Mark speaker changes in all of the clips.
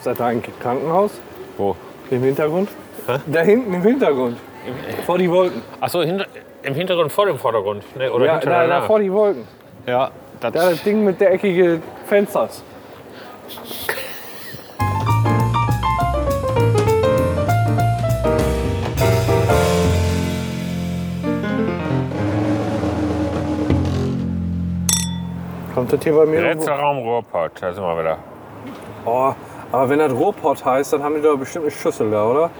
Speaker 1: Seid ihr eigentlich im Krankenhaus?
Speaker 2: Wo?
Speaker 1: Im Hintergrund? Da hinten im Hintergrund.
Speaker 3: äh.
Speaker 1: Vor die Wolken.
Speaker 3: Achso, hinter, im Hintergrund vor dem Vordergrund. Ne, oder
Speaker 1: Ja,
Speaker 3: hinter
Speaker 1: da, da
Speaker 3: danach.
Speaker 1: vor die Wolken.
Speaker 2: Ja, das,
Speaker 1: Da das Ding mit der eckigen Fensters. Kommt das hier bei mir irgendwo?
Speaker 3: Letzter Raum Ruhrpott, da sind wir wieder.
Speaker 1: Oh, aber wenn das Ruhrpott heißt, dann haben die da bestimmt eine Schüssel da, oder?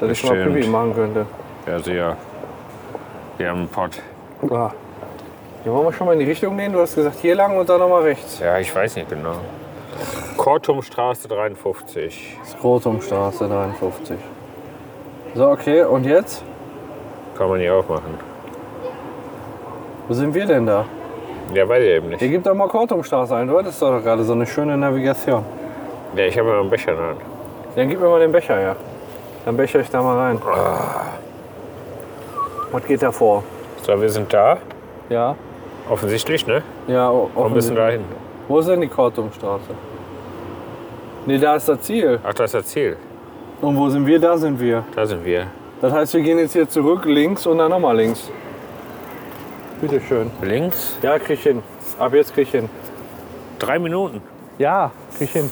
Speaker 1: Dass ich mal
Speaker 3: Bestimmt.
Speaker 1: Pipi machen könnte.
Speaker 3: Ja, sehr. Wir haben einen Pott.
Speaker 1: Ah. Hier wollen wir schon mal in die Richtung gehen. Du hast gesagt, hier lang und dann nochmal rechts.
Speaker 3: Ja, ich weiß nicht genau. Kortumstraße 53.
Speaker 1: Skrotumstraße 53. So, okay, und jetzt?
Speaker 3: Kann man nicht aufmachen.
Speaker 1: Wo sind wir denn da?
Speaker 3: Ja, weiß ich eben nicht.
Speaker 1: Ihr gebt doch mal Kortumstraße ein, du hattest doch gerade so eine schöne Navigation.
Speaker 3: Ja, ich habe ja einen Becher in der Hand.
Speaker 1: Dann gib mir mal den Becher her. Dann becher ich da mal rein. Was geht da vor?
Speaker 3: So, wir sind da.
Speaker 1: Ja,
Speaker 3: Offensichtlich, ne?
Speaker 1: ja, o-
Speaker 3: Komm ein bisschen
Speaker 1: offensichtlich.
Speaker 3: dahin.
Speaker 1: Wo ist denn die Kortumstraße? Ne, da ist das Ziel.
Speaker 3: Ach, das ist das Ziel.
Speaker 1: Und wo sind wir? Da sind wir.
Speaker 3: Da sind wir.
Speaker 1: Das heißt, wir gehen jetzt hier zurück, links und dann nochmal links. Bitte schön.
Speaker 3: Links.
Speaker 1: Ja, krieg ich hin. Ab jetzt krieg ich hin.
Speaker 3: Drei Minuten.
Speaker 1: Ja, krieg ich hin.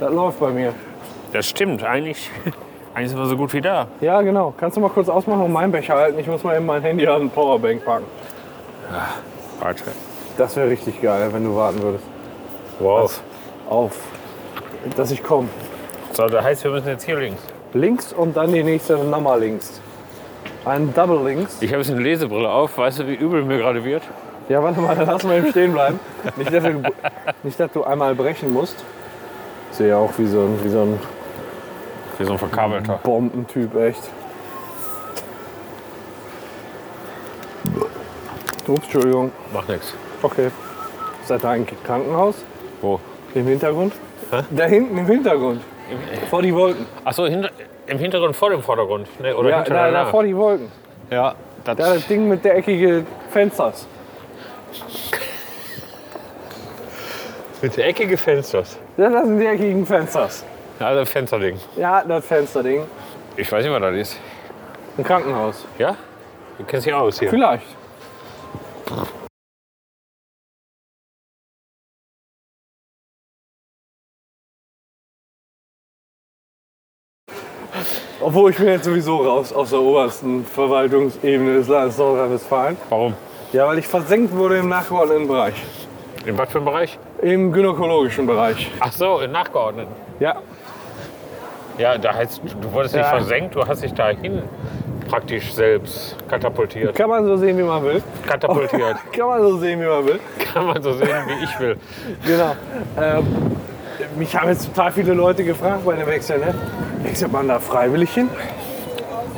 Speaker 1: Das läuft bei mir.
Speaker 3: Das stimmt. Eigentlich, eigentlich sind wir so gut wie da.
Speaker 1: Ja, genau. Kannst du mal kurz ausmachen und meinen Becher halten? Ich muss mal eben mein Handy an den Powerbank packen.
Speaker 3: Warte.
Speaker 1: Das wäre richtig geil, wenn du warten würdest.
Speaker 3: Wow.
Speaker 1: Auf. Dass ich komme.
Speaker 3: So, das heißt, wir müssen jetzt hier links.
Speaker 1: Links und dann die nächste nochmal links. Ein Double links.
Speaker 3: Ich habe jetzt eine Lesebrille auf. Weißt du, wie übel mir gerade wird?
Speaker 1: Ja, warte mal, dann lass mal eben stehen bleiben. Nicht, dass du, nicht, dass du einmal brechen musst. Ich sehe ja auch wie so, ein, wie so ein
Speaker 3: Wie so ein verkabelter.
Speaker 1: Bombentyp, echt. Ups, Entschuldigung.
Speaker 3: Mhm. Macht nichts.
Speaker 1: Okay. Seid ihr eigentlich im Krankenhaus?
Speaker 3: Wo?
Speaker 1: Im Hintergrund? Da hinten im Hintergrund. Vor die Wolken.
Speaker 3: Achso, hinter, im Hintergrund vor dem Vordergrund. Ne, oder
Speaker 1: Ja,
Speaker 3: hinter
Speaker 1: da, da
Speaker 3: danach.
Speaker 1: vor die Wolken.
Speaker 2: ja, das,
Speaker 1: Da das Ding mit der eckigen Fensters.
Speaker 3: Mit eckige Fensters.
Speaker 1: Ja, das sind die eckigen Fensters.
Speaker 3: Ja, das Fensterding.
Speaker 1: Ja, das Fensterding.
Speaker 3: Ich weiß nicht, was das ist.
Speaker 1: Ein Krankenhaus.
Speaker 3: Ja? Du kennst dich aus hier.
Speaker 1: Vielleicht. Obwohl ich bin jetzt sowieso raus aus der obersten Verwaltungsebene des Landes Nordrhein-Westfalen.
Speaker 3: Warum?
Speaker 1: Ja, weil ich versenkt wurde im nachgeordneten Bereich.
Speaker 3: In was für einem Bereich?
Speaker 1: Im gynäkologischen Bereich.
Speaker 3: Ach so, in Nachgeordneten.
Speaker 1: Ja.
Speaker 3: Ja, da heißt, du wurdest nicht
Speaker 1: Ja.
Speaker 3: versenkt, du hast dich dahin praktisch selbst katapultiert.
Speaker 1: Kann man so sehen, wie man will.
Speaker 3: Katapultiert.
Speaker 1: Kann man so sehen, wie man will.
Speaker 3: Kann man so sehen, wie ich will.
Speaker 1: Genau. Ähm, mich haben jetzt total viele Leute gefragt bei dem Wechsel. Ne? Wechselt man da freiwillig hin?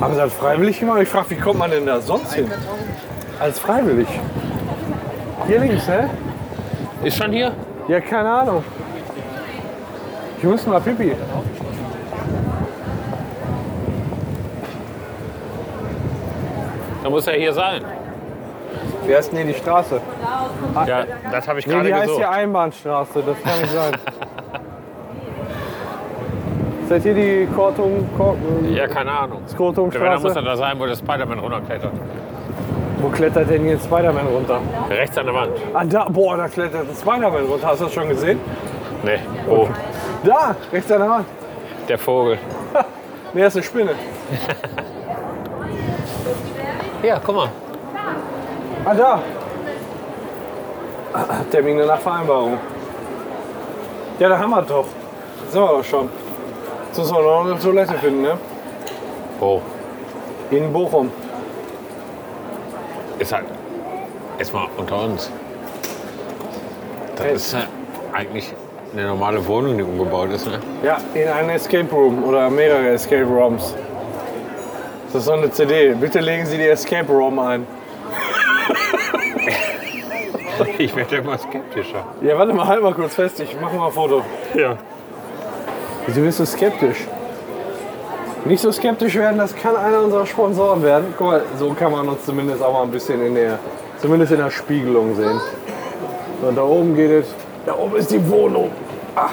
Speaker 1: Haben sie das freiwillig gemacht? Ich frage, wie kommt man denn da sonst hin? Als freiwillig. Hier links, ne?
Speaker 3: Ist schon hier?
Speaker 1: Ja, keine Ahnung. Ich muss mal Pipi.
Speaker 3: Da muss er hier sein.
Speaker 1: Wie heißt denn hier die Straße?
Speaker 3: Ja, das habe ich
Speaker 1: Nee,
Speaker 3: gerade
Speaker 1: die heißt
Speaker 3: gesucht.
Speaker 1: hier Einbahnstraße, das kann nicht sein. Seid ihr die Kortum, Kortum,
Speaker 3: Ja, keine Ahnung. Wenn er muss
Speaker 1: Kortumstraße?
Speaker 3: er Genau, da sein, wo der Spider-Man runterklettert.
Speaker 1: Wo klettert denn jetzt Spider-Man runter?
Speaker 3: Rechts an der Wand.
Speaker 1: Ah, da, boah, da klettert ein Spider-Man runter. Hast du das schon gesehen?
Speaker 3: Nee. Oh,
Speaker 1: Da, rechts an der Hand.
Speaker 3: der Vogel.
Speaker 1: Nee, das ist eine Spinne.
Speaker 3: Ja, guck mal.
Speaker 1: Ah, da. Ah, Termin nach Vereinbarung. Ja, da haben wir doch. Sind wir doch schon. Jetzt müssen wir noch eine Toilette finden, ne?
Speaker 3: Oh,
Speaker 1: In Bochum.
Speaker 3: ist halt erstmal unter uns. Das
Speaker 1: Hey.
Speaker 3: ist halt eigentlich eine normale Wohnung, die umgebaut ist. Ne?
Speaker 1: Ja, in einen Escape Room oder mehrere Escape Rooms. Das ist so eine CD. Bitte legen Sie die Escape Room ein.
Speaker 3: Ich werde immer skeptischer.
Speaker 1: Ja, warte mal, halt mal kurz fest. Ich mache mal ein Foto.
Speaker 3: Ja.
Speaker 1: Wieso bist du skeptisch? Nicht so skeptisch werden, das kann einer unserer Sponsoren werden. Guck mal, so kann man uns zumindest auch mal ein bisschen in der, zumindest in der Spiegelung sehen. So, Und da oben geht es. Da oben ist die Wohnung. Ah.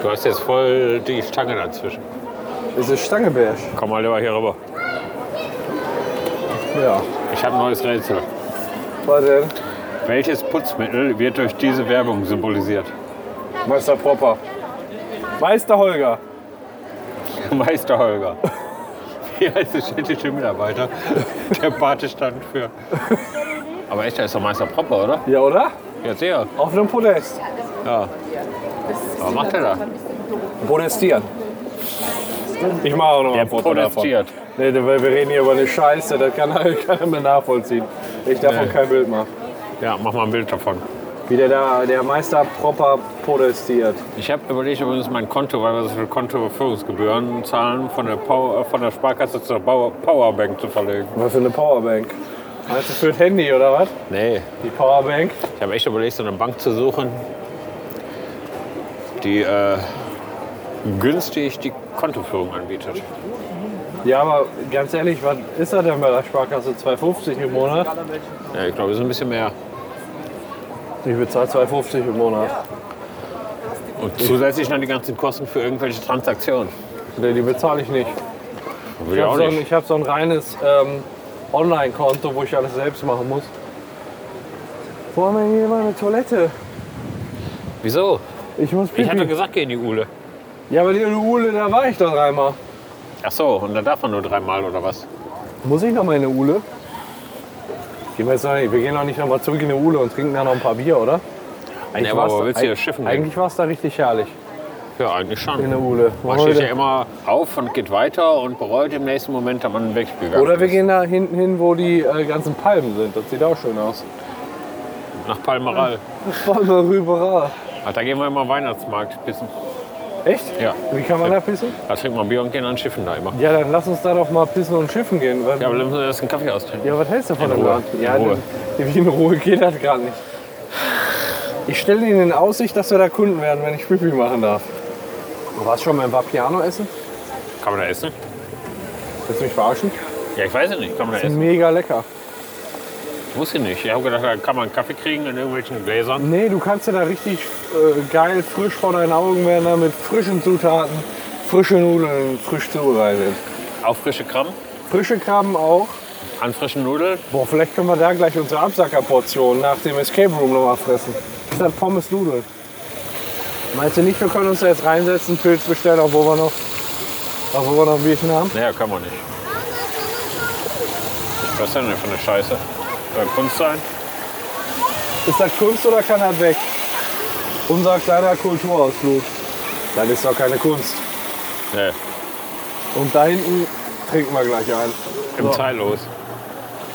Speaker 3: Du hast jetzt voll die Stange dazwischen.
Speaker 1: Es ist Stangebärsch.
Speaker 3: Komm mal lieber hier rüber.
Speaker 1: Ja.
Speaker 3: Ich habe ein neues Rätsel.
Speaker 1: Was denn?
Speaker 3: Welches Putzmittel wird durch diese Werbung symbolisiert?
Speaker 1: Meister Propper. Meister Holger.
Speaker 3: Meister Holger. Wie heißt der städtische Mitarbeiter? Der Pate stand für. Aber echt, da ist doch Meister Propper, oder?
Speaker 1: Ja, oder?
Speaker 3: Ja, sehr.
Speaker 1: Auf einem Podest.
Speaker 3: Ja. Was macht er da?
Speaker 1: Podestieren. Ich mache auch noch mal
Speaker 3: Der
Speaker 1: ein Foto davon.
Speaker 3: protestiert.
Speaker 1: Nee, da- weil wir reden hier über eine Scheiße, das kann keiner mehr nachvollziehen. Ich davon
Speaker 3: Nee.
Speaker 1: kein Bild mache.
Speaker 3: Ja, mach mal ein Bild davon.
Speaker 1: Wie der, da, der Meister Propper podestiert.
Speaker 3: Ich habe überlegt, ob uns mein Konto, weil wir so viel Kontoführungsgebühren zahlen, von der, Power, äh, von der Sparkasse zur Bau- Powerbank zu verlegen.
Speaker 1: Was für eine Powerbank. Meinst du für das Handy oder was?
Speaker 3: Nee,
Speaker 1: Die Powerbank?
Speaker 3: ich habe echt überlegt, so eine Bank zu suchen, die äh, günstig die Kontoführung anbietet.
Speaker 1: Ja, aber ganz ehrlich, was ist das denn bei der Sparkasse? 2,50 im Monat?
Speaker 3: Ja, ich glaube, es ist ein bisschen mehr.
Speaker 1: Ich bezahle 2,50 im Monat.
Speaker 3: Und zusätzlich noch die ganzen Kosten für irgendwelche Transaktionen.
Speaker 1: Nee, die bezahle ich nicht.
Speaker 3: Will
Speaker 1: Ich
Speaker 3: ich
Speaker 1: habe
Speaker 3: auch
Speaker 1: so, ein-
Speaker 3: nicht.
Speaker 1: ich hab so ein reines ähm, Online-Konto, wo ich alles selbst machen muss. Wo haben wir denn hier mal eine Toilette?
Speaker 3: Wieso?
Speaker 1: Ich muss
Speaker 3: Ich hatte
Speaker 1: pipi.
Speaker 3: gesagt, geh in die Uhle.
Speaker 1: Ja, aber die Uhle, da war ich doch dreimal.
Speaker 3: Ach so, und da darf man nur dreimal oder was?
Speaker 1: Muss ich noch mal in eine Uhle? Gehen wir, jetzt noch nicht, wir gehen doch nicht noch mal zurück in die Uhle und trinken da noch ein paar Bier, oder?
Speaker 3: Nee, aber
Speaker 1: war's-
Speaker 3: willst du hier
Speaker 1: eig-
Speaker 3: schiffen gehen?
Speaker 1: Eigentlich war es da richtig herrlich
Speaker 3: Ja, eigentlich
Speaker 1: in
Speaker 3: schon.
Speaker 1: der Uhle.
Speaker 3: Man
Speaker 1: Wollen wir
Speaker 3: steht ja
Speaker 1: da-
Speaker 3: immer auf und geht weiter und bereut im nächsten Moment, dass man weggegangen
Speaker 1: Oder wir
Speaker 3: ist.
Speaker 1: gehen da hinten hin, wo die äh, ganzen Palmen sind. Das sieht auch schön aus.
Speaker 3: Nach Palmeral.
Speaker 1: Palme rüber.
Speaker 3: Ach, da gehen wir immer Weihnachtsmarkt pissen.
Speaker 1: Echt?
Speaker 3: Ja.
Speaker 1: Wie kann man da pissen?
Speaker 3: Da trinken wir Bier und gehen an Schiffen da immer.
Speaker 1: Ja, dann lass uns da doch mal pissen und schiffen gehen. weil-
Speaker 3: Ja, aber dann müssen wir erst einen Kaffee austrinken.
Speaker 1: Ja, was hältst du von
Speaker 3: In
Speaker 1: dem
Speaker 3: Ruhe.
Speaker 1: Laden? Ja,
Speaker 3: In Ruhe.
Speaker 1: Den, in Ruhe geht das gerade nicht. Ich stelle Ihnen in Aussicht, dass wir da Kunden werden, wenn ich Pipi machen darf. Du warst schon beim Vapiano essen?
Speaker 3: Kann man da essen?
Speaker 1: Willst du mich verarschen?
Speaker 3: Ja, ich weiß es nicht. Kann man da essen?
Speaker 1: Mega lecker.
Speaker 3: Ich wusste nicht. Ich habe gedacht, da kann man einen Kaffee kriegen in irgendwelchen Gläsern.
Speaker 1: Nee, du kannst dir da richtig äh, geil frisch vor deinen Augen werden, da mit frischen Zutaten, frische Nudeln, frisch zubereitet.
Speaker 3: Auf frische Krabben,
Speaker 1: Frische Krabben auch.
Speaker 3: an frischen Nudeln.
Speaker 1: Boah, vielleicht können wir da gleich unsere Absackerportion nach dem Escape Room nochmal fressen. Das ist das Pommes Nudel. Meinst du nicht, wir können uns da jetzt reinsetzen, Pilz bestellen, obwohl wir noch, obwohl wir noch ein Bierchen haben?
Speaker 3: Naja, kann man nicht. Was ist denn das für eine Scheiße? Soll Kunst sein?
Speaker 1: Ist das Kunst oder kann das weg? Unser kleiner Kulturausflug. Das ist doch keine Kunst.
Speaker 3: Nee,
Speaker 1: Und da hinten trinken wir gleich ein.
Speaker 3: im Teil los.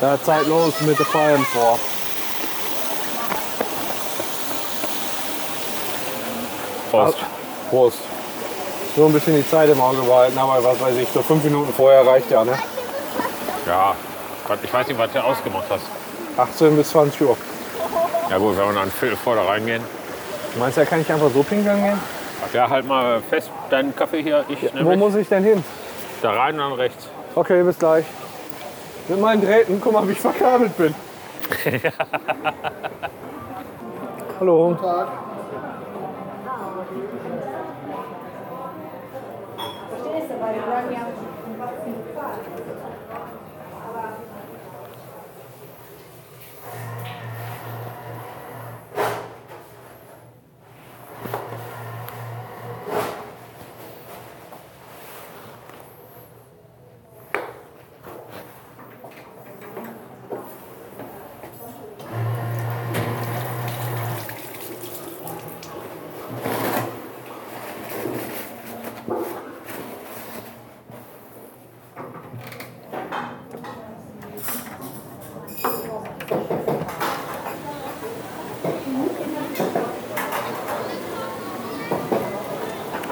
Speaker 1: Da Zeit los mit der Fallen vor.
Speaker 3: Prost.
Speaker 1: Prost. Nur ein bisschen die Zeit im Auge behalten, aber was weiß ich, so fünf Minuten vorher reicht ja, ne?
Speaker 3: Ja, Gott, ich weiß nicht, was du ausgemacht hast.
Speaker 1: 18 bis 20 Uhr.
Speaker 3: Ja gut, wenn wir dann Viertel vor da reingehen.
Speaker 1: Meinst du, da kann ich einfach so pinkeln gehen?
Speaker 3: Ja, halt mal fest deinen Kaffee hier. Ich
Speaker 1: Wo
Speaker 3: nehme
Speaker 1: muss ich denn hin?
Speaker 3: da rein und dann rechts.
Speaker 1: Okay, bis gleich. Mit meinen Drähten, guck mal, wie ich verkabelt bin. Hallo.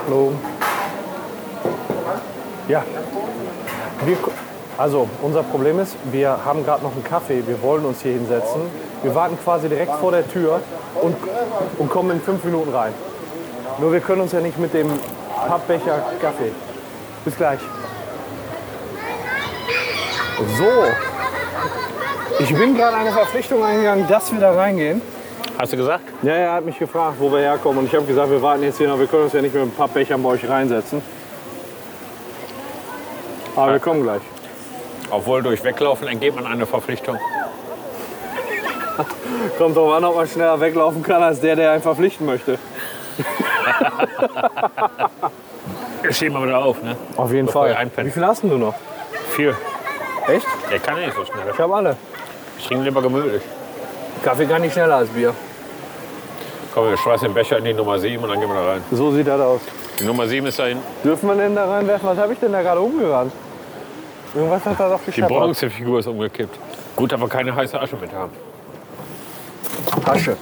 Speaker 1: Hallo. Ja. Wir, ko- also, unser Problem ist, wir haben gerade noch einen Kaffee. Wir wollen uns hier hinsetzen. Wir warten quasi direkt vor der Tür und, und kommen in fünf Minuten rein. Nur wir können uns ja nicht mit dem Pappbecher Kaffee. Bis gleich. So. Ich bin gerade eine Verpflichtung eingegangen, dass wir da reingehen.
Speaker 2: Hast du gesagt?
Speaker 1: Ja, er hat mich gefragt, wo wir herkommen. Und ich habe gesagt, wir warten jetzt hier noch. Wir können uns ja nicht mit ein paar Bechern bei euch reinsetzen. Aber wir kommen gleich.
Speaker 3: Obwohl durch Weglaufen entgeht man eine Verpflichtung.
Speaker 1: Kommt drauf an, ob man schneller weglaufen kann, als der, der einen verpflichten möchte.
Speaker 3: Steh mal wieder auf, ne?
Speaker 1: Auf jeden
Speaker 3: Bevor ihr
Speaker 1: Fall.
Speaker 3: einpennt.
Speaker 1: Wie viel hast denn du noch?
Speaker 3: Viel.
Speaker 1: Echt?
Speaker 3: Der kann nicht so schnell.
Speaker 1: Ich habe alle.
Speaker 3: Ich trinke lieber gemütlich.
Speaker 1: Kaffee kann nicht schneller als Bier.
Speaker 3: Komm, wir schmeißen den Becher in die Nummer 7 und dann gehen wir da rein.
Speaker 1: So sieht das aus.
Speaker 3: Die Nummer 7 ist da hinten.
Speaker 1: Dürfen wir denn da reinwerfen? Was habe ich denn da gerade umgerannt? Irgendwas hat da doch
Speaker 3: Die
Speaker 1: gescheppert.
Speaker 3: Bronzefigur ist umgekippt. Gut, aber keine heiße Asche mit haben.
Speaker 1: Tasche.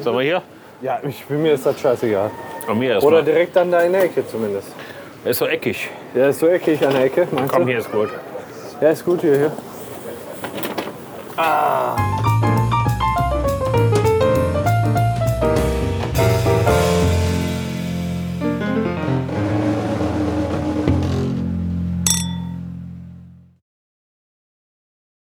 Speaker 3: Sollen wir hier?
Speaker 1: Ja, ich, für mir ist das scheißegal.
Speaker 3: An mir erst
Speaker 1: Oder
Speaker 3: mal.
Speaker 1: direkt dann da in der Ecke zumindest.
Speaker 3: Ist so eckig.
Speaker 1: Der ist so eckig an der Ecke, meinst
Speaker 3: Komm,
Speaker 1: du?
Speaker 3: hier ist gut.
Speaker 1: Ja, ist gut hier. hier. Ah.